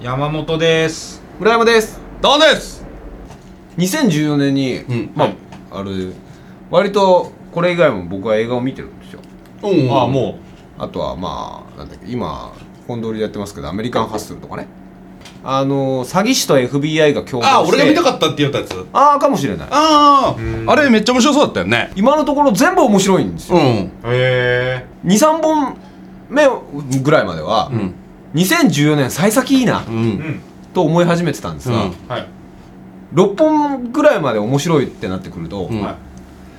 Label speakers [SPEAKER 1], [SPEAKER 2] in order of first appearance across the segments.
[SPEAKER 1] 山本です
[SPEAKER 2] 村山です
[SPEAKER 3] どうです
[SPEAKER 2] 2014年に、
[SPEAKER 3] ん
[SPEAKER 2] まああれ割とこれ以外も僕は映画を見てるんですよ
[SPEAKER 3] うん
[SPEAKER 1] ああも
[SPEAKER 2] あとはまあなんだっけ今本通りでやってますけどアメリカンハッスルとかねあの詐欺師と FBI が共
[SPEAKER 3] あ俺が見た
[SPEAKER 2] っ
[SPEAKER 3] かったって言ったやつ
[SPEAKER 2] たああかもしれない
[SPEAKER 3] あああれめっちゃ面白そうだったよね
[SPEAKER 2] 今のところ全部面白いんですよ
[SPEAKER 3] うん
[SPEAKER 1] うへ
[SPEAKER 2] 23本目ぐらいまでは、
[SPEAKER 3] うん
[SPEAKER 2] 2014年幸先いいな
[SPEAKER 3] う
[SPEAKER 1] えうんん
[SPEAKER 2] と思い始めてたんですが、
[SPEAKER 3] うん
[SPEAKER 1] はい
[SPEAKER 2] 6本ぐらいまで面白いってなってくると、
[SPEAKER 3] うん
[SPEAKER 1] はい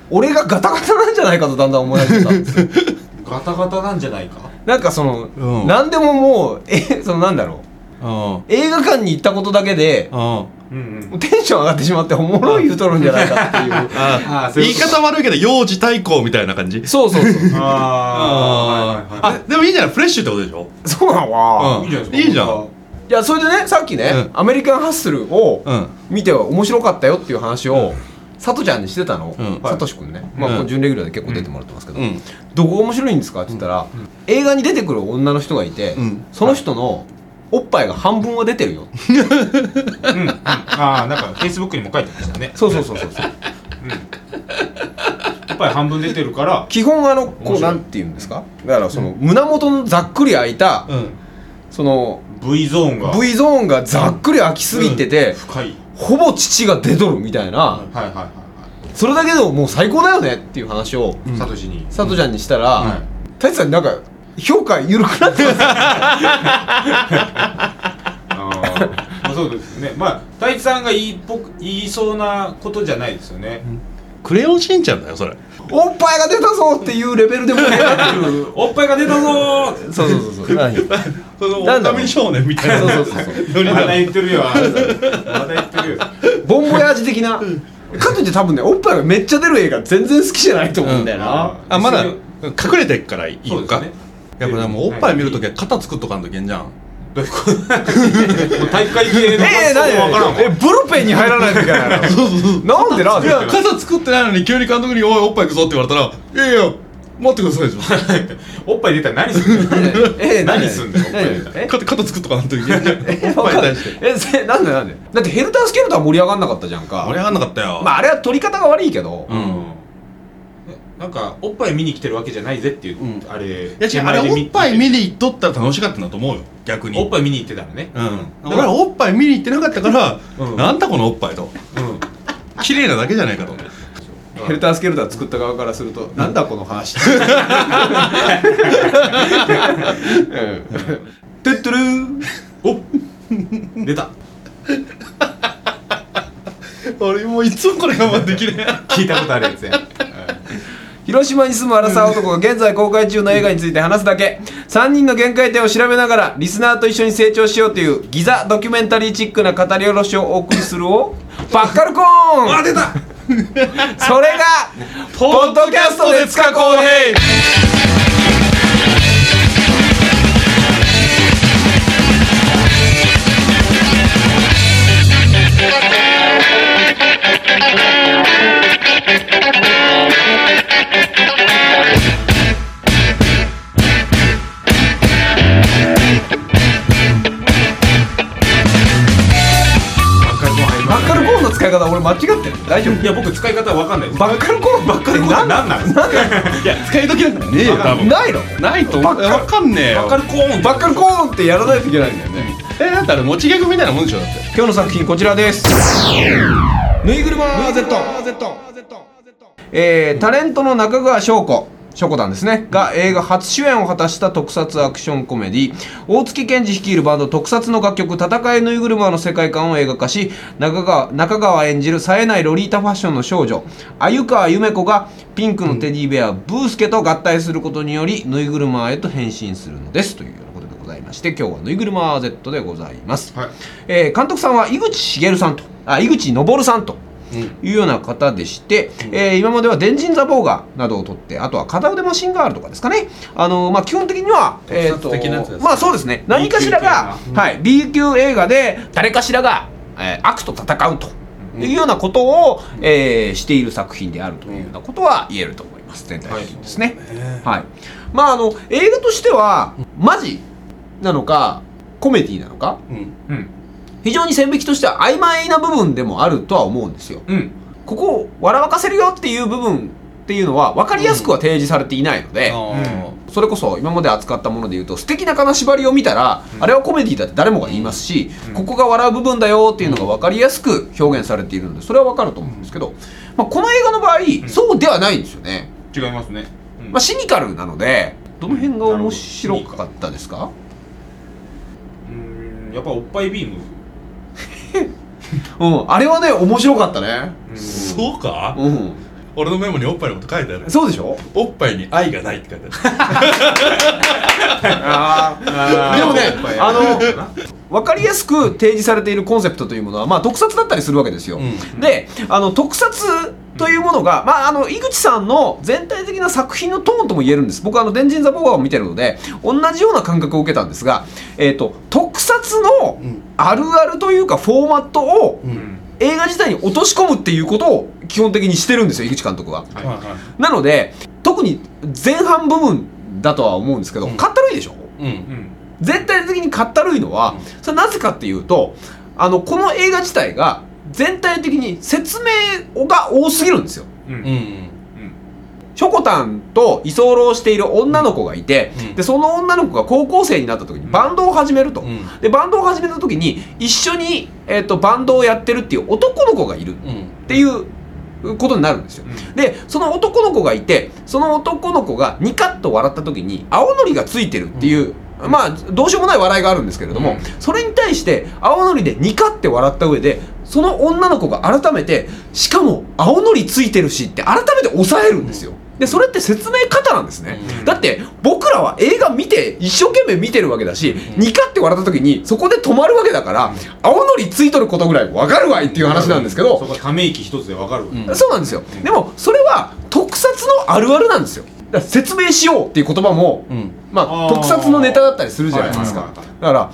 [SPEAKER 2] 俺がガタガタなんじゃないかとだんだん思い始めたんですよ
[SPEAKER 1] ガタガタなんじゃないか
[SPEAKER 2] なんかその、
[SPEAKER 3] うん
[SPEAKER 2] 何でももうえ そのなんだろ
[SPEAKER 3] うん
[SPEAKER 2] う映画館に行ったことだけで
[SPEAKER 3] うん
[SPEAKER 1] うんうん
[SPEAKER 2] テンション上がってしまっておもろい言うとるんじゃないかって い
[SPEAKER 1] ああ
[SPEAKER 3] 言い方悪いけど幼児対抗みたいな感じ
[SPEAKER 2] うそうそうそう
[SPEAKER 1] ああはいはいはい
[SPEAKER 3] あでもいいんじゃないフレッシュってことでしょ
[SPEAKER 2] そうなの
[SPEAKER 3] う
[SPEAKER 1] い
[SPEAKER 2] か
[SPEAKER 3] ん
[SPEAKER 1] いじゃないですか
[SPEAKER 3] いいじゃん
[SPEAKER 1] 僕
[SPEAKER 2] いやそれでねさっきね、
[SPEAKER 3] うん
[SPEAKER 2] アメリカンハッスルを
[SPEAKER 3] うん
[SPEAKER 2] 見て面白かったよっていう話を、さとちゃんにしてたの、
[SPEAKER 3] うん
[SPEAKER 2] さとしくんね、まあ
[SPEAKER 3] うん
[SPEAKER 2] これ準レギュラーで結構出てもらってますけど、
[SPEAKER 3] うん
[SPEAKER 2] どこが面白いんですかって言ったら、映画に出てくる女の人がいて、
[SPEAKER 3] うん
[SPEAKER 2] その人のおっぱいが半分は出てるよ、
[SPEAKER 1] はうんうんああなんかフェイスブックにも書いてましたね
[SPEAKER 2] そうそうそうそうそう
[SPEAKER 1] やっぱり半分出てるから
[SPEAKER 2] 基本あのこ
[SPEAKER 1] 面白
[SPEAKER 2] う
[SPEAKER 1] い
[SPEAKER 2] なんて言うんですかだからその、胸元のざっくり開いた、
[SPEAKER 3] うん
[SPEAKER 2] その
[SPEAKER 1] V ゾーンが
[SPEAKER 2] V ゾーンがざっくり開きすぎてて、
[SPEAKER 1] 深い
[SPEAKER 2] ほぼ乳が出とるみたいな、
[SPEAKER 1] はいはいはい
[SPEAKER 2] それだけでももう最高だよねっていう話
[SPEAKER 1] は
[SPEAKER 2] を、
[SPEAKER 1] いサトシに
[SPEAKER 2] さとちゃんにしたら、
[SPEAKER 1] はい
[SPEAKER 2] 太一さんなんか評価緩くなって ます
[SPEAKER 1] あーまあそうですねまあ太一さんが言いっぽく言いそうなことじゃないですよね
[SPEAKER 3] クレヨンしんちゃんだよそれ
[SPEAKER 2] おっぱいが出たぞっていうレベルで盛り上がってる
[SPEAKER 1] おっぱいが出たぞー
[SPEAKER 2] そうそうそうそう何
[SPEAKER 3] その
[SPEAKER 2] なんだろう
[SPEAKER 3] 狼少年みたいな
[SPEAKER 2] そうそうそうそう
[SPEAKER 3] ノリ
[SPEAKER 1] ま
[SPEAKER 3] だ
[SPEAKER 1] だ言ってるよあなたまだ言ってるよ
[SPEAKER 2] ボンボヤージ的なかといって多分ねおっぱいがめっちゃ出る映画全然好きじゃないと思うんだよな、
[SPEAKER 3] あまだ
[SPEAKER 1] そう
[SPEAKER 3] 隠れてっからいいのか、
[SPEAKER 1] そうですね
[SPEAKER 3] やっぱでもおっぱい見るときは肩作っとかんとけんじゃん
[SPEAKER 1] どういうこともう体育会系の
[SPEAKER 2] ええ何
[SPEAKER 1] わからんわ
[SPEAKER 2] えブルペンに入らないといけないのなんでなん
[SPEAKER 3] い
[SPEAKER 2] で
[SPEAKER 3] や傘作ってないのに急に監督に「おいおっぱい行くぞ」って言われたら「いやいや待ってください」じゃ
[SPEAKER 1] おっぱい出たら何するの
[SPEAKER 2] ええ
[SPEAKER 1] 何すんだよおっぱい出たら
[SPEAKER 2] え
[SPEAKER 3] ん肩肩作っとかなんとい けんじゃんおっ
[SPEAKER 2] え
[SPEAKER 3] ぱいに
[SPEAKER 2] わかんない
[SPEAKER 3] 対して
[SPEAKER 2] えせなんでなんでだってヘルタースケルターは盛り上がんなかったじゃん
[SPEAKER 3] 盛り
[SPEAKER 2] か
[SPEAKER 3] 上がんなかったよ、
[SPEAKER 2] まああれは取り方が悪いけど、
[SPEAKER 3] うん
[SPEAKER 1] えなんかおっぱい見に来てるわけじゃないぜっていう、
[SPEAKER 3] うん
[SPEAKER 1] あれい
[SPEAKER 3] いや違うあれおっぱい見に行っとったら楽しかったんだと思うよ逆に
[SPEAKER 1] おっぱい見に行ってたらね
[SPEAKER 3] うん、俺らおっぱい見に行ってなかったから、
[SPEAKER 1] うん
[SPEAKER 3] なんだこのおっぱいと
[SPEAKER 1] うん
[SPEAKER 3] 綺麗なだけじゃないかと
[SPEAKER 2] ヘルタースケルター作った側からすると、なんだこの 話。
[SPEAKER 3] てってるー
[SPEAKER 1] 出た
[SPEAKER 3] 俺もういつもこれ我慢できね
[SPEAKER 1] 聞いたことあるやつや
[SPEAKER 2] 広島に住むアラサー男が現在公開中の映画について話すだけ3人の限界点を調べながらリスナーと一緒に成長しようというギザドキュメンタリーチックな語り下ろしをお送りするをバッカルコーン
[SPEAKER 3] 出た
[SPEAKER 2] それがポッドキャストで塚公平バッカルコーンの使い方俺間違ってる大丈夫
[SPEAKER 1] いや僕使い方わかんないです
[SPEAKER 2] バッカルコーンバッカルコーン
[SPEAKER 1] な
[SPEAKER 2] なんん
[SPEAKER 1] なんなんバ
[SPEAKER 3] いや使い時なんかねえよ多分
[SPEAKER 2] ないの
[SPEAKER 3] ないと思う
[SPEAKER 2] バカ
[SPEAKER 3] わかんねえよ
[SPEAKER 1] ッカルコーン
[SPEAKER 2] バッカルコーンってやらないといけないんだよね
[SPEAKER 3] えだってあれ持ちギャグみたいなもんでしょだって
[SPEAKER 2] 今日の作品こちらですぬいぐるま Z, えータレントの中川翔子翔子団ですねが映画初主演を果たした特撮アクションコメディ大月健二率いるバンド特撮の楽曲「戦いぬいぐるま」の世界観を映画化し中川中川演じる冴えないロリータファッションの少女鮎川夢子がピンクのテディベア、ブースケと合体することによりぬいぐるまへと変身するのですというようなことでございまして今日はぬいぐるま Z でございます、
[SPEAKER 1] はい
[SPEAKER 2] えー監督さんは井口茂さんとあ井口昇さんというような方でして、えー今までは「電人ザ・ボーガー」などを撮ってあとは「片腕マシンガール」とかですかね、あのーまあ、基本的には、えー
[SPEAKER 3] 特撮的なやつですね
[SPEAKER 2] まあそうですね何かしらが
[SPEAKER 1] B 級、
[SPEAKER 2] はい、B 級映画で誰かしらが、えー悪と戦うというようなことを、えーしている作品であるというようなことは言えると思います全体的にですね。はいまああの映画としてはマジなのかコメディなのか
[SPEAKER 3] うん
[SPEAKER 1] うん
[SPEAKER 2] 非常に線引きとしては曖昧な部分でもあるとは思うんですよ
[SPEAKER 1] うん
[SPEAKER 2] ここを笑わかせるよっていう部分っていうのは分かりやすくは提示されていないので、
[SPEAKER 3] あ
[SPEAKER 2] それこそ今まで扱ったもので言うと「素敵な金縛り」を見たら、あれはコメディだって誰もが言いますし、
[SPEAKER 1] うん
[SPEAKER 2] ここが笑う部分だよっていうのが分かりやすく表現されているのでそれは分かると思うんですけど、まあ、この映画の場合、そうではないんですよね、
[SPEAKER 1] 違いますね、うん
[SPEAKER 2] まあ、シニカルなのでどの辺が面白かったですか
[SPEAKER 1] うんやっぱおっぱいビーム
[SPEAKER 2] うん、あれはね面白かったね、
[SPEAKER 1] うん
[SPEAKER 3] ーそうか
[SPEAKER 2] うん、
[SPEAKER 3] 俺のメモにおっぱいのこと書いてある
[SPEAKER 2] そうでしょ
[SPEAKER 3] おっぱいに愛がないって書いてある
[SPEAKER 1] あー
[SPEAKER 2] でもね
[SPEAKER 1] おっぱい
[SPEAKER 2] あの分かりやすく提示されているコンセプトというものは、まあ、特撮だったりするわけですよ、
[SPEAKER 3] うん
[SPEAKER 2] であの特撮というものが、まあ、あの井口さんの全体的な作品のトーンとも言えるんです僕はあの「電人ザ・ボーガー」を見てるので同じような感覚を受けたんですが、えー、と特撮の
[SPEAKER 3] うん
[SPEAKER 2] あるあるというかフォーマットを
[SPEAKER 3] う
[SPEAKER 1] うんん
[SPEAKER 2] 映画自体に落とし込むっていうことを基本的にしてるんですよ井口監督は。
[SPEAKER 1] はい
[SPEAKER 3] はいは
[SPEAKER 2] なので特に前半部分だとは思うんですけど、
[SPEAKER 3] うん
[SPEAKER 2] かったるいでしょ
[SPEAKER 3] うん
[SPEAKER 1] うん
[SPEAKER 2] 全体的にかったるいのは、
[SPEAKER 3] う
[SPEAKER 2] それなぜかっていうとあのこの映画自体が全体的に説明が多すぎるんですよ。
[SPEAKER 1] う
[SPEAKER 3] うんん
[SPEAKER 2] ショコタンと居候している女の子がいて、
[SPEAKER 3] うん
[SPEAKER 2] でその女の子が高校生になった時にバンドを始めると、
[SPEAKER 3] うん
[SPEAKER 2] でバンドを始めた時に一緒に、えっとバンドをやってるっていう男の子がいるっ
[SPEAKER 3] うん
[SPEAKER 2] ていうことになるんですよでその男の子がいてその男の子がニカッと笑った時に青のりがついてるっていう、まあどうしようもない笑いがあるんですけれども、
[SPEAKER 1] うん
[SPEAKER 2] それに対して青のりでニカッて笑った上でその女の子が改めてしかも青のりついてるしって改めて抑えるんですよ。でそれって説明方なんですね、
[SPEAKER 1] うん
[SPEAKER 2] だって僕らは映画見て一生懸命見てるわけだし、
[SPEAKER 3] うん
[SPEAKER 2] ニカって笑った時にそこで止まるわけだから、青のりついとることぐらいわかるわいっていう話なんですけど、
[SPEAKER 1] そこはため息一つでわかるわ、
[SPEAKER 3] うん
[SPEAKER 2] そうなんですよ。でも、それは特撮のあるあるなんですよ。だから説明しようっていう言葉も、
[SPEAKER 3] うん
[SPEAKER 2] まあ、
[SPEAKER 1] あー
[SPEAKER 2] 特撮のネタだったりするじゃないです
[SPEAKER 1] はい
[SPEAKER 2] か
[SPEAKER 1] はい。はい
[SPEAKER 2] だから、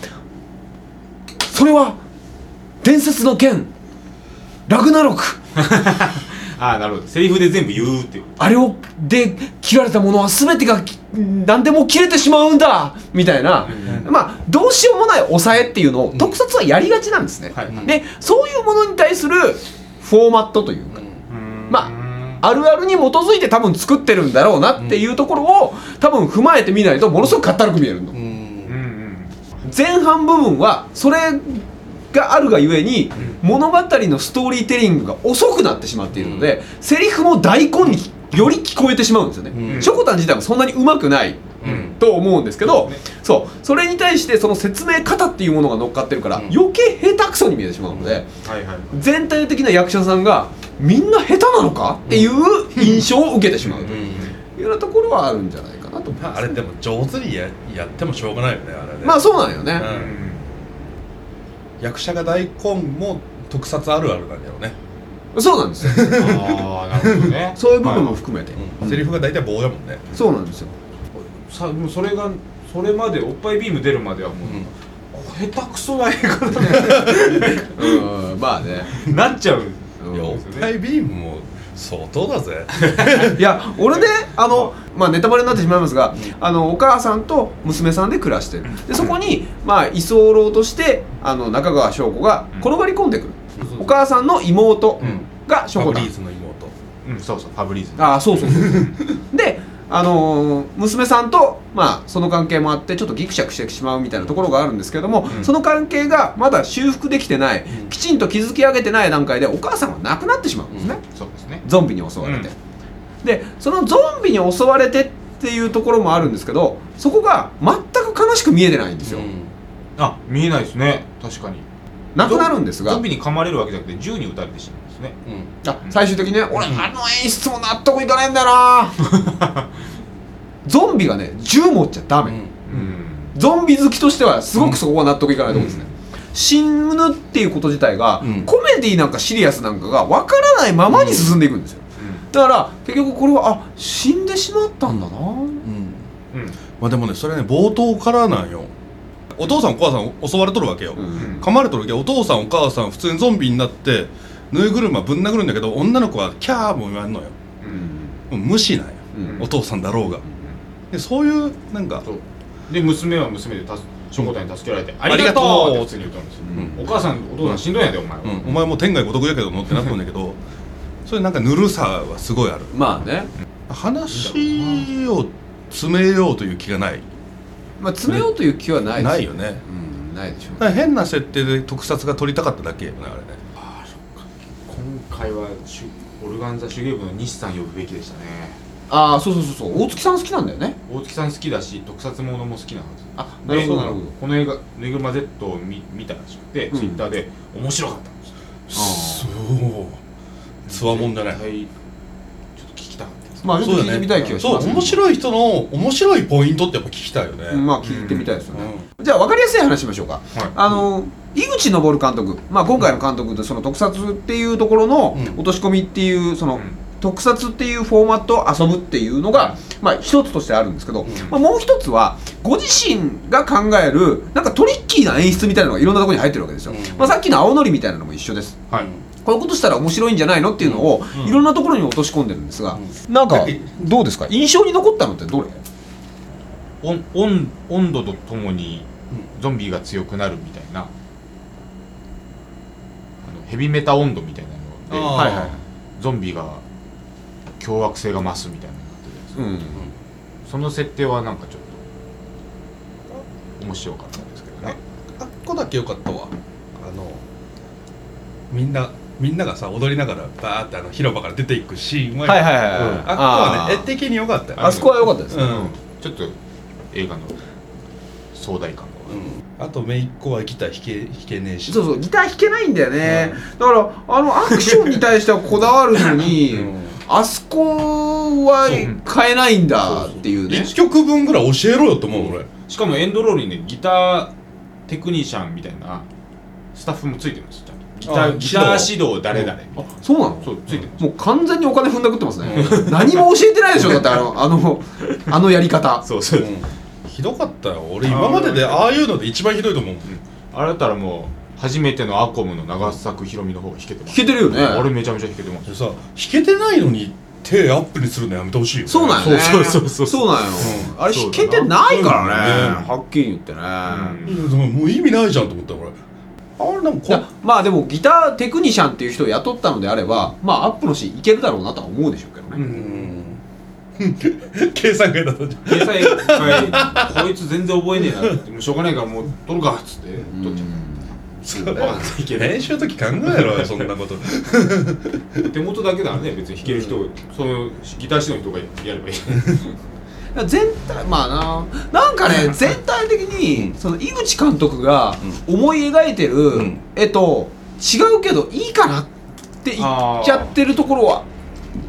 [SPEAKER 2] それは、伝説の剣、ラグナロク、
[SPEAKER 1] ああなるほどセリフで全部言うっていう
[SPEAKER 2] あれを、で、切られたものは全てが、き何でも切れてしまうんだみたいな、
[SPEAKER 1] う
[SPEAKER 2] まあ、どうしようもない抑えっていうのを、
[SPEAKER 3] ん
[SPEAKER 2] 特撮はやりがちなんですね。
[SPEAKER 1] はい、
[SPEAKER 3] うん
[SPEAKER 2] で、そういうものに対するフォーマットというか、ま
[SPEAKER 1] あ
[SPEAKER 2] あるあるに基づいて多分作ってるんだろうなっていうところを多分踏まえてみないとものすごくかったるく見えるの
[SPEAKER 3] う。ん
[SPEAKER 1] うんうん
[SPEAKER 2] 前半部分はそれがあるがゆえに物語のストーリーテリングが遅くなってしまっているので、セリフも大根により聞こえてしまうんですよね。
[SPEAKER 3] うん
[SPEAKER 2] ショコタン自体もそんなに上手くない
[SPEAKER 3] うん
[SPEAKER 2] と思うんですけ
[SPEAKER 1] そう
[SPEAKER 2] ど、
[SPEAKER 1] で
[SPEAKER 2] そうそれに対してその説明方っていうものが乗っかってるから、
[SPEAKER 3] うん
[SPEAKER 2] 余計下手くそに見えてしまうので。
[SPEAKER 1] はいはい
[SPEAKER 2] 全体的な役者さんがみんな下手なのかっていう印象を受けてしまうと
[SPEAKER 3] う
[SPEAKER 2] い
[SPEAKER 3] ん
[SPEAKER 2] うようなところはあるんじゃないかなと思い
[SPEAKER 3] ま
[SPEAKER 2] ま
[SPEAKER 3] ああ
[SPEAKER 2] す
[SPEAKER 3] れでも上手にややってもしょうがないよねあれね
[SPEAKER 2] まあそうなんよね、
[SPEAKER 3] うん
[SPEAKER 1] う
[SPEAKER 3] 役者が大根も特撮あるあるなんだろうね、
[SPEAKER 2] そうなんです よ
[SPEAKER 1] んああなるほどね
[SPEAKER 2] そういう部分も含めて、
[SPEAKER 3] うんセリフが大体棒だもんね、
[SPEAKER 2] そうなんですよ
[SPEAKER 1] さもうそれがそれまでおっぱいビーム出るまではもう、下手くそな映画だね
[SPEAKER 2] うんまあね
[SPEAKER 1] なっちゃう
[SPEAKER 3] いやおっぱいビームも相当だぜ
[SPEAKER 2] いや俺ねあの、まあ、ネタバレになってしまいますが、あのお母さんと娘さんで暮らしてるでそこに、まあ、居候としてあの中川翔子が転がり込んでくる、お母さんの妹が翔
[SPEAKER 3] フ
[SPEAKER 2] 子
[SPEAKER 3] ァブ
[SPEAKER 2] だ
[SPEAKER 3] リーズの妹
[SPEAKER 1] うんそうそうファブリーズ
[SPEAKER 2] ああそうそうそうであのー娘さんと、まあ、その関係もあってちょっとギクシャクしてしまうみたいなところがあるんですけども、
[SPEAKER 1] うん
[SPEAKER 2] その関係がまだ修復できてない、
[SPEAKER 3] うん
[SPEAKER 2] きちんと築き上げてない段階でお母さんは亡くなってしまうんですね、
[SPEAKER 1] そうですね
[SPEAKER 2] ゾンビに襲われて、
[SPEAKER 1] う
[SPEAKER 2] でそのゾンビに襲われてっていうところもあるんですけどそこが全く悲しく見えてないんですよ、
[SPEAKER 1] あ見えないですね確かに
[SPEAKER 2] 亡くなるんです
[SPEAKER 1] ゾ
[SPEAKER 2] が
[SPEAKER 1] ンビに噛まれるわけじゃなくて銃に撃たれてしまうんですね
[SPEAKER 3] うん
[SPEAKER 2] あ最終的にね、俺あの演出も納得いかないんだよな ゾンビがね銃持っちゃダメ、
[SPEAKER 1] うん
[SPEAKER 2] ゾンビ好きとしてはすごくそこは納得いかないと思うんですね、死ぬっていうこと自体が、
[SPEAKER 3] うん
[SPEAKER 2] コメディなんかシリアスなんかが分からないままに進んでいくんですよ、だから結局これはあ死んでしまったんだな、
[SPEAKER 3] うん
[SPEAKER 1] うんうん
[SPEAKER 3] まあでもねそれね冒頭からなんよお父さんお母さん襲われとるわけよ、
[SPEAKER 2] うん
[SPEAKER 3] 噛まれとるけどお父さんお母さん普通にゾンビになってぬいぐるまぶん殴るんだけど女の子はキャーも言わんのよもう無視なんよ、
[SPEAKER 2] うん
[SPEAKER 3] お父さんだろうがでそういうなんか
[SPEAKER 1] そうで娘は娘で助しょんこたんに助けられて「あ
[SPEAKER 3] あ
[SPEAKER 1] り
[SPEAKER 3] り
[SPEAKER 1] が
[SPEAKER 3] が
[SPEAKER 1] と
[SPEAKER 3] と
[SPEAKER 1] う!」って普
[SPEAKER 3] う
[SPEAKER 1] 通に言ったんですよ、
[SPEAKER 3] う
[SPEAKER 1] お母さんお父さんしんどいんやでお前は、
[SPEAKER 3] うん、お前もう天外孤独やけどのってなったんだけど それなんかぬるさはすごいある
[SPEAKER 2] まあね、
[SPEAKER 3] 話を詰めようという気がない
[SPEAKER 2] まあ、詰めようという気はないです
[SPEAKER 3] ないよね
[SPEAKER 2] うんないでしょう
[SPEAKER 3] だから変な設定で特撮が撮りたかっただけよねあれね
[SPEAKER 1] 今回はしゅオルガンザ手芸部の西さん呼ぶべきでしたね
[SPEAKER 2] ああそうそうそうそう大月さん好きなんだよね
[SPEAKER 1] 大月さん好きだし特撮ものも好きなはず
[SPEAKER 2] あなる
[SPEAKER 1] で
[SPEAKER 2] ほどなるほど
[SPEAKER 1] この映画「ぬいぐるま Z」を見見たらしくて、
[SPEAKER 2] うん
[SPEAKER 1] ツイッターで面白かったんですよ
[SPEAKER 2] そう
[SPEAKER 3] つわもんじゃない
[SPEAKER 1] 絶対ちょっと聞きたかったです
[SPEAKER 2] まあちょっと聞いてみたい気がし
[SPEAKER 3] そ
[SPEAKER 2] ま
[SPEAKER 3] う
[SPEAKER 2] す、
[SPEAKER 3] 面白い人の面白いポイントってやっぱ聞きたいよね、
[SPEAKER 2] まあ聞いてみたいですよね、
[SPEAKER 3] うん
[SPEAKER 2] じゃあ分かりやすい話しましょうか、
[SPEAKER 1] はい
[SPEAKER 2] あの井口昇監督、まあ、今回の監督でその特撮っていうところの
[SPEAKER 3] うん
[SPEAKER 2] 落とし込みっていうその、
[SPEAKER 1] うん
[SPEAKER 2] 特撮っていうフォーマットを遊ぶっていうのが、まあ、一つとしてあるんですけど、
[SPEAKER 3] うん
[SPEAKER 2] まあ、もう一つはご自身が考えるなんかトリッキーな演出みたいなのがいろんなところに入ってるわけですよ、
[SPEAKER 3] うん
[SPEAKER 2] まあ、さっきの青のりみたいなのも一緒です
[SPEAKER 1] はい
[SPEAKER 2] こういうことしたら面白いんじゃないのっていうのを、
[SPEAKER 3] うん
[SPEAKER 2] いろんなところに落とし込んでるんですが、
[SPEAKER 3] う
[SPEAKER 2] なんかどうですか印象に残ったのってどれ
[SPEAKER 1] 温温温度とともにゾンビが強くなるみたいな、あのヘビメタ温度みたいなので、
[SPEAKER 3] あー
[SPEAKER 2] はいはい
[SPEAKER 1] ゾンビが凶悪性が増すみたいなのになってるじゃないですか
[SPEAKER 2] うん
[SPEAKER 1] その設定はなんかちょっと面白かったんですけどね
[SPEAKER 3] あっこだけ良かったわあのみんなみんながさ踊りながらバーってあの広場から出ていくシーンは、
[SPEAKER 2] はいはいはいはい
[SPEAKER 3] うんあっこはね
[SPEAKER 2] あー
[SPEAKER 3] 絵的に良かったよ
[SPEAKER 2] あそこは良かったですね、
[SPEAKER 3] うん
[SPEAKER 1] ちょっと映画の壮大感が、
[SPEAKER 3] あと姪っ子はギター弾け弾けねえし
[SPEAKER 2] そうそうギター弾けないんだよね、だからあのアクションに対してはこだわるのに、
[SPEAKER 3] うん
[SPEAKER 2] あそこは変えないんだっていうね
[SPEAKER 3] 1曲分ぐらい教えろよと思う俺
[SPEAKER 1] しかもエンドロールにねギターテクニシャンみたいなスタッフもついてるんですよちゃんとギタ
[SPEAKER 3] あ
[SPEAKER 1] ーギター指導誰々みたいな
[SPEAKER 2] そうなの
[SPEAKER 1] そうついてます
[SPEAKER 2] もう完全にお金踏んだくってますね、何も教えてないでしょだってあのあのあのやり方
[SPEAKER 1] そうそう、
[SPEAKER 3] ひどかったよ俺今まででああいうので一番ひどいと思う
[SPEAKER 1] あれだったらもう初めてのアコムの長作ひろみの方が弾けてま
[SPEAKER 2] 弾
[SPEAKER 1] す
[SPEAKER 2] けてるよね
[SPEAKER 1] あれめちゃめちゃ弾けてます
[SPEAKER 3] でさ弾けてないのに手アップにするのやめてほしいよね
[SPEAKER 2] そうなんよね
[SPEAKER 1] そうそうそう
[SPEAKER 2] そうなんよ、
[SPEAKER 1] うん
[SPEAKER 2] あれ弾けてないからね
[SPEAKER 3] そうだな
[SPEAKER 2] はっきり言ってね、
[SPEAKER 1] ん
[SPEAKER 3] うんでももう意味ないじゃんと思った俺あれなん
[SPEAKER 2] い
[SPEAKER 3] か
[SPEAKER 2] や
[SPEAKER 3] こ
[SPEAKER 2] まあでもギターテクニシャンっていう人を雇ったのであればまあアップのシーンいけるだろうなとは思うでしょうけどね、
[SPEAKER 1] う
[SPEAKER 3] うんん計算外だったじゃん
[SPEAKER 1] 掲載はいこいつ全然覚えねえなってもうしょうがないからもう撮るかっつって撮っちゃ
[SPEAKER 3] そう
[SPEAKER 1] うわいけない
[SPEAKER 3] 練習の時考えろ よそんなこと
[SPEAKER 1] う手元だけならね別に弾ける人そのギター指導の人がやればいい
[SPEAKER 2] 全体まあななんかね全体的にその井口監督が思い描いて
[SPEAKER 3] う
[SPEAKER 2] る
[SPEAKER 3] ん
[SPEAKER 2] 絵と違うけどいいかなって言っちゃってるところは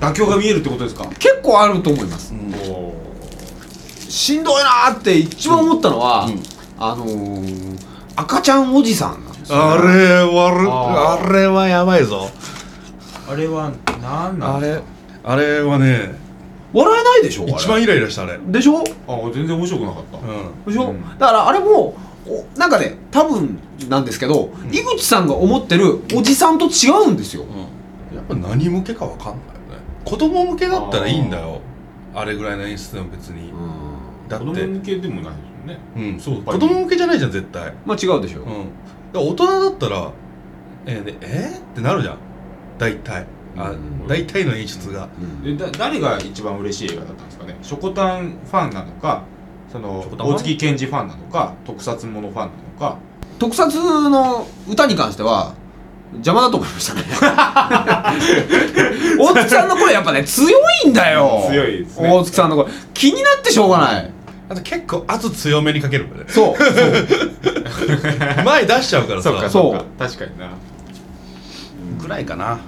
[SPEAKER 1] 妥協が見えるってことですか
[SPEAKER 2] 結構あると思います
[SPEAKER 3] うん
[SPEAKER 1] おお
[SPEAKER 2] しんどいなーって一番思ったのは、
[SPEAKER 3] うんうん
[SPEAKER 2] あのー、赤ちゃんおじさんなんですよ
[SPEAKER 3] あれ悪
[SPEAKER 1] あ
[SPEAKER 3] あれはやばいぞ
[SPEAKER 1] あれは何な
[SPEAKER 3] あ
[SPEAKER 1] んです
[SPEAKER 3] れあれはね
[SPEAKER 2] 笑えないでしょあれ
[SPEAKER 3] 一番イライラしたあれうん
[SPEAKER 2] でしょ
[SPEAKER 1] かあ全然面白くなかった
[SPEAKER 2] でしょ、
[SPEAKER 1] うん
[SPEAKER 2] だからあれもおなんかね多分なんですけど、井口さんが思ってるおじさんと違うんですよ、
[SPEAKER 3] やっぱ何向けかわかんないよね子供向けだったらいいんだよあれぐらいの演出でも別にだっ
[SPEAKER 1] 子
[SPEAKER 3] て
[SPEAKER 1] 供向けでもないですよね
[SPEAKER 3] うんそう
[SPEAKER 1] ぱ
[SPEAKER 3] 子
[SPEAKER 1] り
[SPEAKER 3] 供向けじゃないじゃん絶対
[SPEAKER 2] まあ違うでしょ、
[SPEAKER 3] うんだから大人だったらえーでえーってなるじゃん大体あ
[SPEAKER 2] うん
[SPEAKER 3] 大体の演出が
[SPEAKER 1] でだ誰が一番嬉しい映画だったんですかねショコタンファンなのかその
[SPEAKER 3] ショコタンフ
[SPEAKER 1] 大
[SPEAKER 3] ァン
[SPEAKER 1] 月健二ファンなのか特撮ものファンなのか
[SPEAKER 2] 特撮の歌に関しては邪魔だと思いました ね大月さんの声やっぱね強いんだよ
[SPEAKER 1] 強いですね
[SPEAKER 2] 大月さんの声気になってしょうがない
[SPEAKER 3] あと結構圧強めにかけるからね
[SPEAKER 2] そう
[SPEAKER 3] 前出しちゃうからさ
[SPEAKER 2] そう
[SPEAKER 1] 確かにな
[SPEAKER 3] ぐらいかな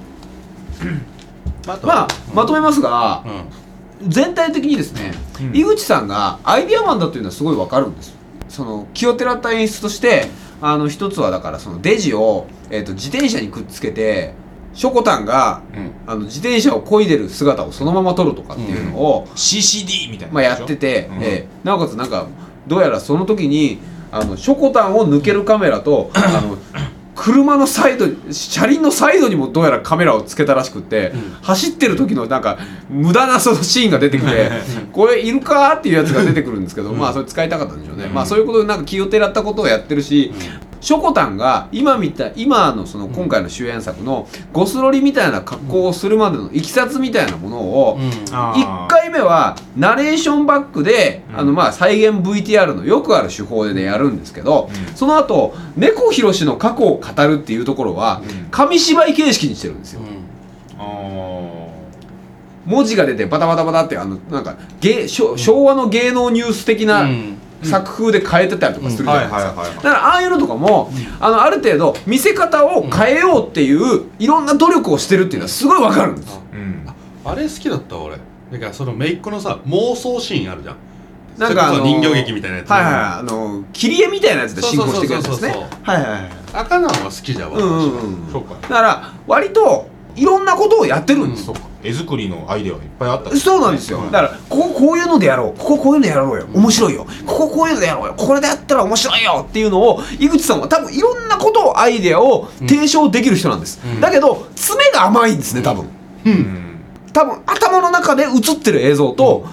[SPEAKER 3] まあ
[SPEAKER 2] まあまとめますが
[SPEAKER 3] う、ん
[SPEAKER 2] 全体的にですね、
[SPEAKER 1] うん
[SPEAKER 2] 井口さんがアイディアマンだというのはすごいわかるんですその気をてらった演出としてあの一つはだからそのデジを、えー、と自転車にくっつけてショコタンが
[SPEAKER 3] うん
[SPEAKER 2] あの自転車を漕いでる姿をそのまま撮るとかっていうのを、
[SPEAKER 1] CCD みたいな
[SPEAKER 2] まあ、やってて、
[SPEAKER 1] うん
[SPEAKER 2] えーなおかつ なんかどうやらその時にあのショコタンを抜けるカメラとあの車のサイド車輪のサイドにもどうやらカメラをつけたらしくって、走ってる時のなんか無駄なそのシーンが出てきて これいるかっていうやつが出てくるんですけど、まあそれ使いたかったんでしょうね、まあそういうことでなんか気をてらったことをやってるし、しょこたんが今みたい今のその今回の主演作のゴスロリみたいな格好をするまでのいきさつみたいなものを、
[SPEAKER 1] あー
[SPEAKER 2] 1回目はナレーションバックで、
[SPEAKER 1] うん
[SPEAKER 2] あのまあ再現 VTR のよくある手法で、ね、やるんですけど、その後猫ひろしの過去を語るっていうところは
[SPEAKER 1] うん
[SPEAKER 2] 紙芝居形式にしてるんですよ。
[SPEAKER 1] あー
[SPEAKER 2] 文字が出てバタバタバタってあのなんか芸昭昭和の芸能ニュース的な作風で変えてたりとかするじゃ
[SPEAKER 1] は
[SPEAKER 2] ない
[SPEAKER 1] い
[SPEAKER 2] です
[SPEAKER 1] はい
[SPEAKER 2] か。
[SPEAKER 1] はい
[SPEAKER 2] だからああいうのとかも、あのある程度見せ方を変えようっていういろんな努力をしてるっていうのはすごいわかるんです。
[SPEAKER 1] うん
[SPEAKER 3] あれ好きだったわ俺だからその姪っ子のさ妄想シーンあるじゃん
[SPEAKER 2] なん
[SPEAKER 3] そ
[SPEAKER 2] かあ
[SPEAKER 3] れ
[SPEAKER 2] の
[SPEAKER 3] こそ人形劇みたいなやつ
[SPEAKER 2] はいはいはいあの切り絵みたいなやつで進行していくやつですね
[SPEAKER 3] そうそうそうそ
[SPEAKER 2] はいはいはい
[SPEAKER 3] 赤なんは好きじゃわ、
[SPEAKER 2] うんうんうん
[SPEAKER 1] そうか
[SPEAKER 2] だから割といろんなことをやってるんです
[SPEAKER 1] そ
[SPEAKER 2] よ
[SPEAKER 1] う、か絵作りのアイデアはいっぱいあった
[SPEAKER 2] そうなんですよだからこここういうのでやろうこここういうのやろうよ面白いよこここういうのでやろうよこれでやったら面白いよっていうのを井口さんは多分いろんなことをアイデアを提唱できる人なんです、
[SPEAKER 3] うん
[SPEAKER 2] だけど爪が甘いんですね多分
[SPEAKER 1] うん
[SPEAKER 2] 多分頭の中で映ってる映像と、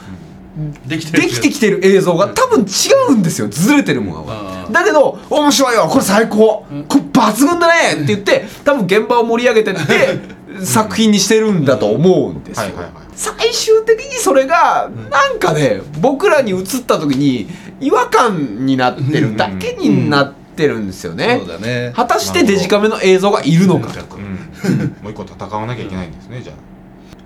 [SPEAKER 3] できてる
[SPEAKER 2] できてきてる映像が多分違うんですよずれてるものが
[SPEAKER 3] うん
[SPEAKER 2] だけど面白いよこれ最高、これ抜群だねって言って多分現場を盛り上げてって作品にしてるんだと思うんですよ、
[SPEAKER 1] はいはいはい
[SPEAKER 2] 最終的にそれがなんかね僕らに映った時に違和感になってるだけになってるんですよね、
[SPEAKER 3] そうだね
[SPEAKER 2] 果たしてデジカメの映像がいるのかとか
[SPEAKER 1] うんもう一個戦わなきゃいけないんですねじゃあ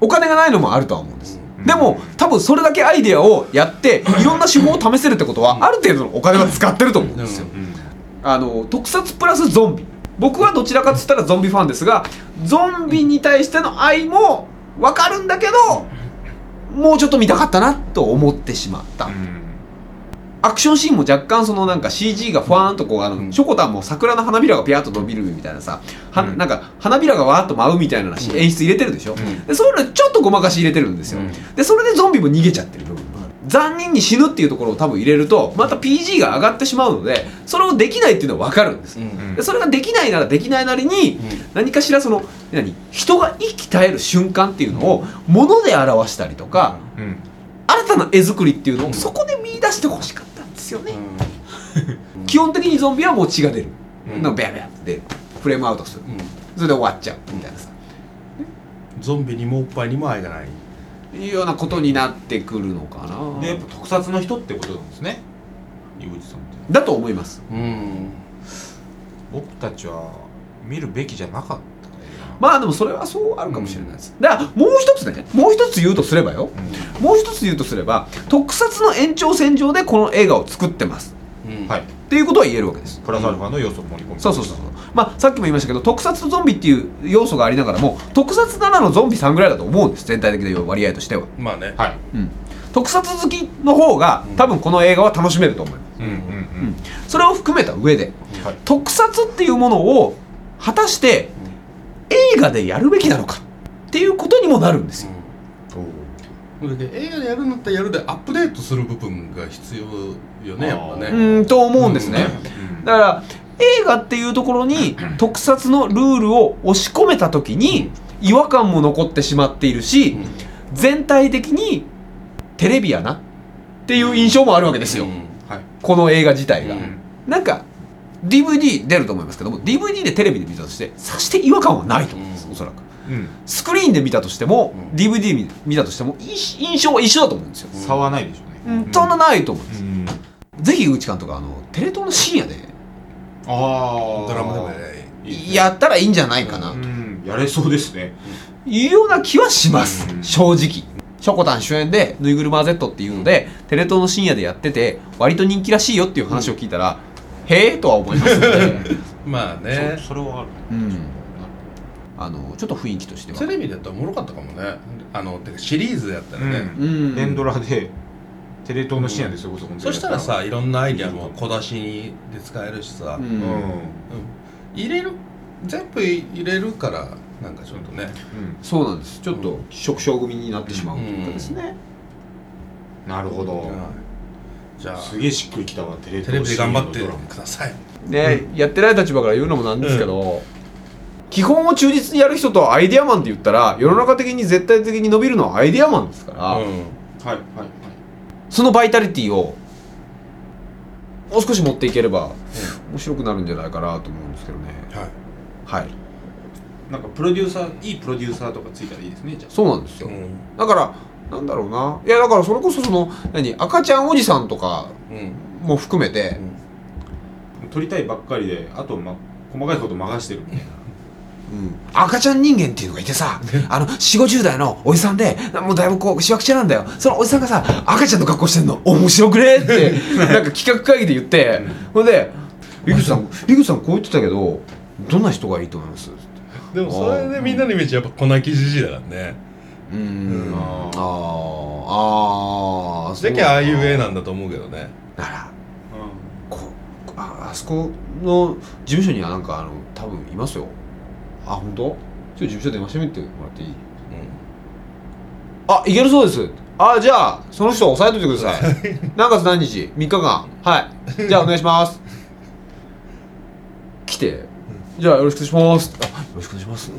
[SPEAKER 2] お金がないのもあるとは思うんです、
[SPEAKER 1] うん
[SPEAKER 2] でも多分それだけアイデアをやっていろんな手法を試せるってことはある程度のお金は使ってると思うんですよ、
[SPEAKER 1] うん
[SPEAKER 2] あの特撮プラスゾンビ僕はどちらかっつったらゾンビファンですがゾンビに対しての愛も分かるんだけどもうちょっと見たかったなと思ってしまった、アクションシーンも若干そのなんか CG がファーンとこうあの、
[SPEAKER 3] うん
[SPEAKER 2] ショコタンも桜の花びらがピャーッと伸びるみたいなさ、は
[SPEAKER 1] うん
[SPEAKER 2] なんか花びらがわーっと舞うみたいなし演出入れてるでしょ、
[SPEAKER 1] ん
[SPEAKER 2] でそういうのちょっとごまかし入れてるんですよ、
[SPEAKER 1] うん
[SPEAKER 2] でそれでゾンビも逃げちゃってる部分残忍に死ぬっていうところを多分入れるとまた PG が上がってしまうのでそれをできないっていうのは分かるんです、
[SPEAKER 3] うんうん
[SPEAKER 2] でそれができないならできないなりに、何かしらその何人が息絶える瞬間っていうのを物で表したりとか、
[SPEAKER 1] うん
[SPEAKER 2] 新たな絵作りっていうの
[SPEAKER 3] う
[SPEAKER 2] を
[SPEAKER 3] ん
[SPEAKER 2] そこで見出してほしかったんですよね、基本的にゾンビはもう血が出る、
[SPEAKER 3] うん
[SPEAKER 2] なんかベアベアって出るフレームアウトする
[SPEAKER 3] うん
[SPEAKER 2] それで終わっちゃうみたいなさ
[SPEAKER 3] ゾンビにもおっぱいにも愛がない
[SPEAKER 2] いうようなことになってくるのか
[SPEAKER 1] うん
[SPEAKER 2] な
[SPEAKER 1] でやっぱ特撮の人ってことなんですね井口さんって
[SPEAKER 2] だと思います
[SPEAKER 3] うん
[SPEAKER 1] 僕たちは見るべきじゃなかったかな
[SPEAKER 2] まあでもそれはそうあるかもしれないです、だからもう一つねもう一つ言うとすればよもう一つ言うとすれば特撮の延長線上でこの映画を作ってます
[SPEAKER 3] うん
[SPEAKER 1] はい
[SPEAKER 2] っていうことは言えるわけです
[SPEAKER 1] プラスアルファの要素を盛り込む
[SPEAKER 2] そうそうそうそうまあさっきも言いましたけど特撮とゾンビっていう要素がありながらも特撮7のゾンビ3ぐらいだと思うんです全体的な割合としては、
[SPEAKER 3] まあね
[SPEAKER 1] はい
[SPEAKER 2] うん、特撮好きの方が多分この映画は楽しめると思います、
[SPEAKER 1] うんうんうん
[SPEAKER 2] それを含めた上で
[SPEAKER 1] はい
[SPEAKER 2] 特撮っていうものを果たして映画でやるべきなのかっていうことにもなるんですよ
[SPEAKER 3] うんだけど映画でやるんだったらやるでアップデートする部分が必要よねやっぱ
[SPEAKER 2] う
[SPEAKER 3] ね
[SPEAKER 2] ーんと思うんですね、
[SPEAKER 1] うん
[SPEAKER 2] だから映画っていうところに特撮のルールを押し込めた時に違和感も残ってしまっているし、
[SPEAKER 3] うん
[SPEAKER 2] 全体的にテレビやなっていう印象もあるわけですよ、
[SPEAKER 3] うん
[SPEAKER 1] はい
[SPEAKER 2] この映画自体が、
[SPEAKER 3] うん
[SPEAKER 2] なんか DVD 出ると思いますけども DVD でテレビで見たとしてさして違和感はないと思うんです、
[SPEAKER 3] うん
[SPEAKER 2] おそらく
[SPEAKER 1] うん
[SPEAKER 2] スクリーンで見たとしても、
[SPEAKER 3] うん
[SPEAKER 2] DVD 見見たとしてもい印象は一緒だと思うんですよ、
[SPEAKER 1] 差はないでしょうね
[SPEAKER 2] そんなないと思う、
[SPEAKER 1] うん
[SPEAKER 2] ぜひ井口監督あのテレ東の深夜で
[SPEAKER 1] ああ
[SPEAKER 3] ドラマでもね
[SPEAKER 2] やったらいいんじゃないかな、
[SPEAKER 1] うんやれそうですね
[SPEAKER 2] いうような気はします、
[SPEAKER 1] うん
[SPEAKER 2] 正直ショコタン主演で「ぬいぐるま Z」っていうので、テレ東の深夜でやってて割と人気らしいよっていう話を聞いたら、へえとは思いますので、
[SPEAKER 3] まあね
[SPEAKER 1] そそれはある
[SPEAKER 2] うん、あのちょっと雰囲気として
[SPEAKER 3] テ
[SPEAKER 2] は、
[SPEAKER 3] レビだとおもろかったかもねあのてかシリーズやったらね、
[SPEAKER 1] うん
[SPEAKER 2] うん、
[SPEAKER 1] 連ドラでテレ東の深夜でそれこそ本当に
[SPEAKER 3] そしたらさいろんなアイディアも小出しにで使えるしさ、
[SPEAKER 2] う
[SPEAKER 1] うん
[SPEAKER 2] ん
[SPEAKER 3] うん入れる全部入れるからなんかちょっとね
[SPEAKER 1] うん
[SPEAKER 2] そうなんですちょっと食傷組になってしまうというかですね、
[SPEAKER 1] なるほど
[SPEAKER 3] じゃあ
[SPEAKER 1] すげえしっくりきたわテレ
[SPEAKER 3] テレ
[SPEAKER 1] 東
[SPEAKER 3] ビで頑張ってください
[SPEAKER 2] ね、やってない立場から言うのもなんですけど、基本を忠実にやる人とアイデアマンって言ったら世の中的に絶対的に伸びるのはアイデアマンですから、
[SPEAKER 3] う
[SPEAKER 1] はいはいはい
[SPEAKER 2] そのバイタリティをもう少し持っていければ面白くなるんじゃないかなと思うんですけどね
[SPEAKER 3] んはい
[SPEAKER 2] はい
[SPEAKER 1] なんかプロデューサーいいプロデューサーとかついたらいいですねじゃ
[SPEAKER 2] そうなんですよ、
[SPEAKER 3] うん
[SPEAKER 2] だからなんだろうないやだからそれこそその何赤ちゃんおじさんとか
[SPEAKER 3] うん
[SPEAKER 2] も含めて、
[SPEAKER 1] あ取りたいばっかりであと、ま、細かいこと任してるみたいな
[SPEAKER 2] うん赤ちゃん人間っていうのがいてさあの4 5 0代のおじさんでもうだいぶこうしわくちゃなんだよそのおじさんがさ赤ちゃんの格好してんの面白く ねってなんか企画会議で言ってほんで「井口さん井口さんこう言ってたけどどんな人がいいと思います?」って
[SPEAKER 3] でもそれでみんなのイメージやっぱ粉木じじいだからね
[SPEAKER 2] うーん
[SPEAKER 3] うん
[SPEAKER 2] あーあー
[SPEAKER 3] じゃけああいう絵なんだと思うけどね
[SPEAKER 2] ならこああそこの事務所にはなんかあの多分いますよあ本当ちょっと事務所電話してみてもらっていいあいけるそうですあじゃあその人押さえといてください 何月何日3日間はいじゃあお願いします来てじゃあよろしくお願いしますあよろしくお願いします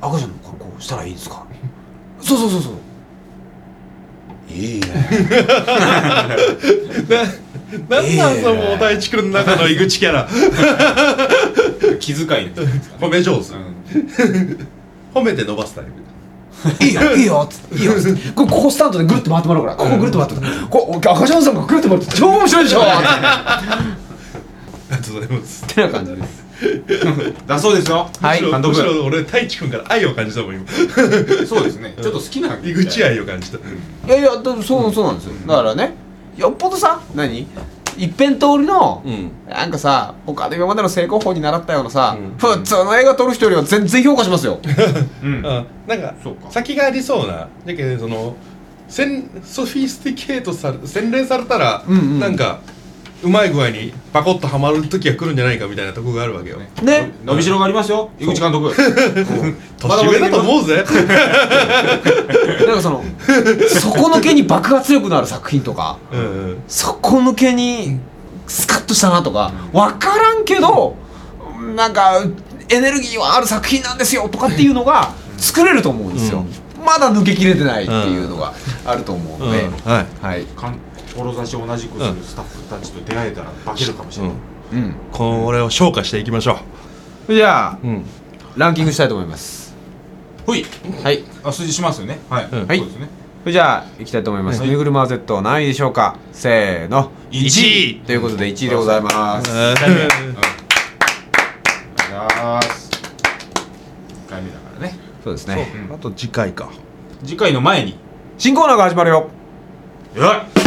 [SPEAKER 2] 赤ちゃんの格好したらいいですかそうそうそうそういいね
[SPEAKER 3] うんなんなんそのお題地区の中の井口キャラ
[SPEAKER 1] 気遣いの人ですか
[SPEAKER 3] 褒
[SPEAKER 1] ね
[SPEAKER 3] め上手
[SPEAKER 1] うん
[SPEAKER 3] 褒めて伸ばすタイプ
[SPEAKER 2] いいよいいよっつっていいよっつってこここスタンドでぐるっと回ってもらうからここぐるっと回ってもらうこ赤ちゃんさんがぐるっと回ると超面白いでしょっ
[SPEAKER 3] ありがとうございます
[SPEAKER 2] てな感じです
[SPEAKER 1] だそうですよ
[SPEAKER 2] はい
[SPEAKER 3] むしろ
[SPEAKER 1] 監督
[SPEAKER 3] むしろ俺太一君から愛を感じたもん今
[SPEAKER 1] そうですねちょっと好きな
[SPEAKER 3] 井口愛を感じた
[SPEAKER 2] いやいやだそうそうなんですよだからねよっぽどさ何一辺通りの、
[SPEAKER 3] ん
[SPEAKER 2] なんかさ他の今までの成功法に習ったようなさ、
[SPEAKER 3] うん
[SPEAKER 2] 普通の映画撮る人よりは全然評価します よ
[SPEAKER 1] うん
[SPEAKER 3] あなんか
[SPEAKER 1] そうか
[SPEAKER 3] 先がありそうなだけどそのせんソフィスティケートされ洗練されたら、
[SPEAKER 2] うんうん
[SPEAKER 3] なんかうまい具合にパコッとはまる時が来るんじゃないかみたいなとこがあるわけよ、
[SPEAKER 2] ね
[SPEAKER 1] 伸びしろがありますよ井口監督
[SPEAKER 3] 年上だと
[SPEAKER 1] う
[SPEAKER 3] 思うぜ
[SPEAKER 2] なんかその底抜けに爆発力のある作品とか
[SPEAKER 3] うんうん
[SPEAKER 2] 底抜けにスカッとしたなとか分からんけどなんかエネルギーはある作品なんですよとかっていうのが作れると思うんですよ、まだ抜けきれてないっていうのがあると思うので、
[SPEAKER 3] うんはい
[SPEAKER 2] はい、
[SPEAKER 1] 志を同じくするスタッフたちと出会えたら化けるかもしれない、
[SPEAKER 2] うん、
[SPEAKER 3] これを消化していきましょ
[SPEAKER 2] じゃあ
[SPEAKER 3] う、うん、
[SPEAKER 2] ランキングしたいと思います
[SPEAKER 1] ほい
[SPEAKER 2] はい
[SPEAKER 1] あ数字しますよねはい、
[SPEAKER 3] ん
[SPEAKER 1] そうですね
[SPEAKER 2] じゃあ行きたいと思います、
[SPEAKER 1] はい
[SPEAKER 2] ぬいぐるま Z は何位でしょうかせーの
[SPEAKER 1] 一位
[SPEAKER 2] ということで1位でございます、
[SPEAKER 3] えー
[SPEAKER 1] お願いします1回目だからね
[SPEAKER 2] そうですね
[SPEAKER 1] そう
[SPEAKER 3] あと次回か
[SPEAKER 1] 次回の前に
[SPEAKER 2] 新コーナーが始まるよ
[SPEAKER 1] よっ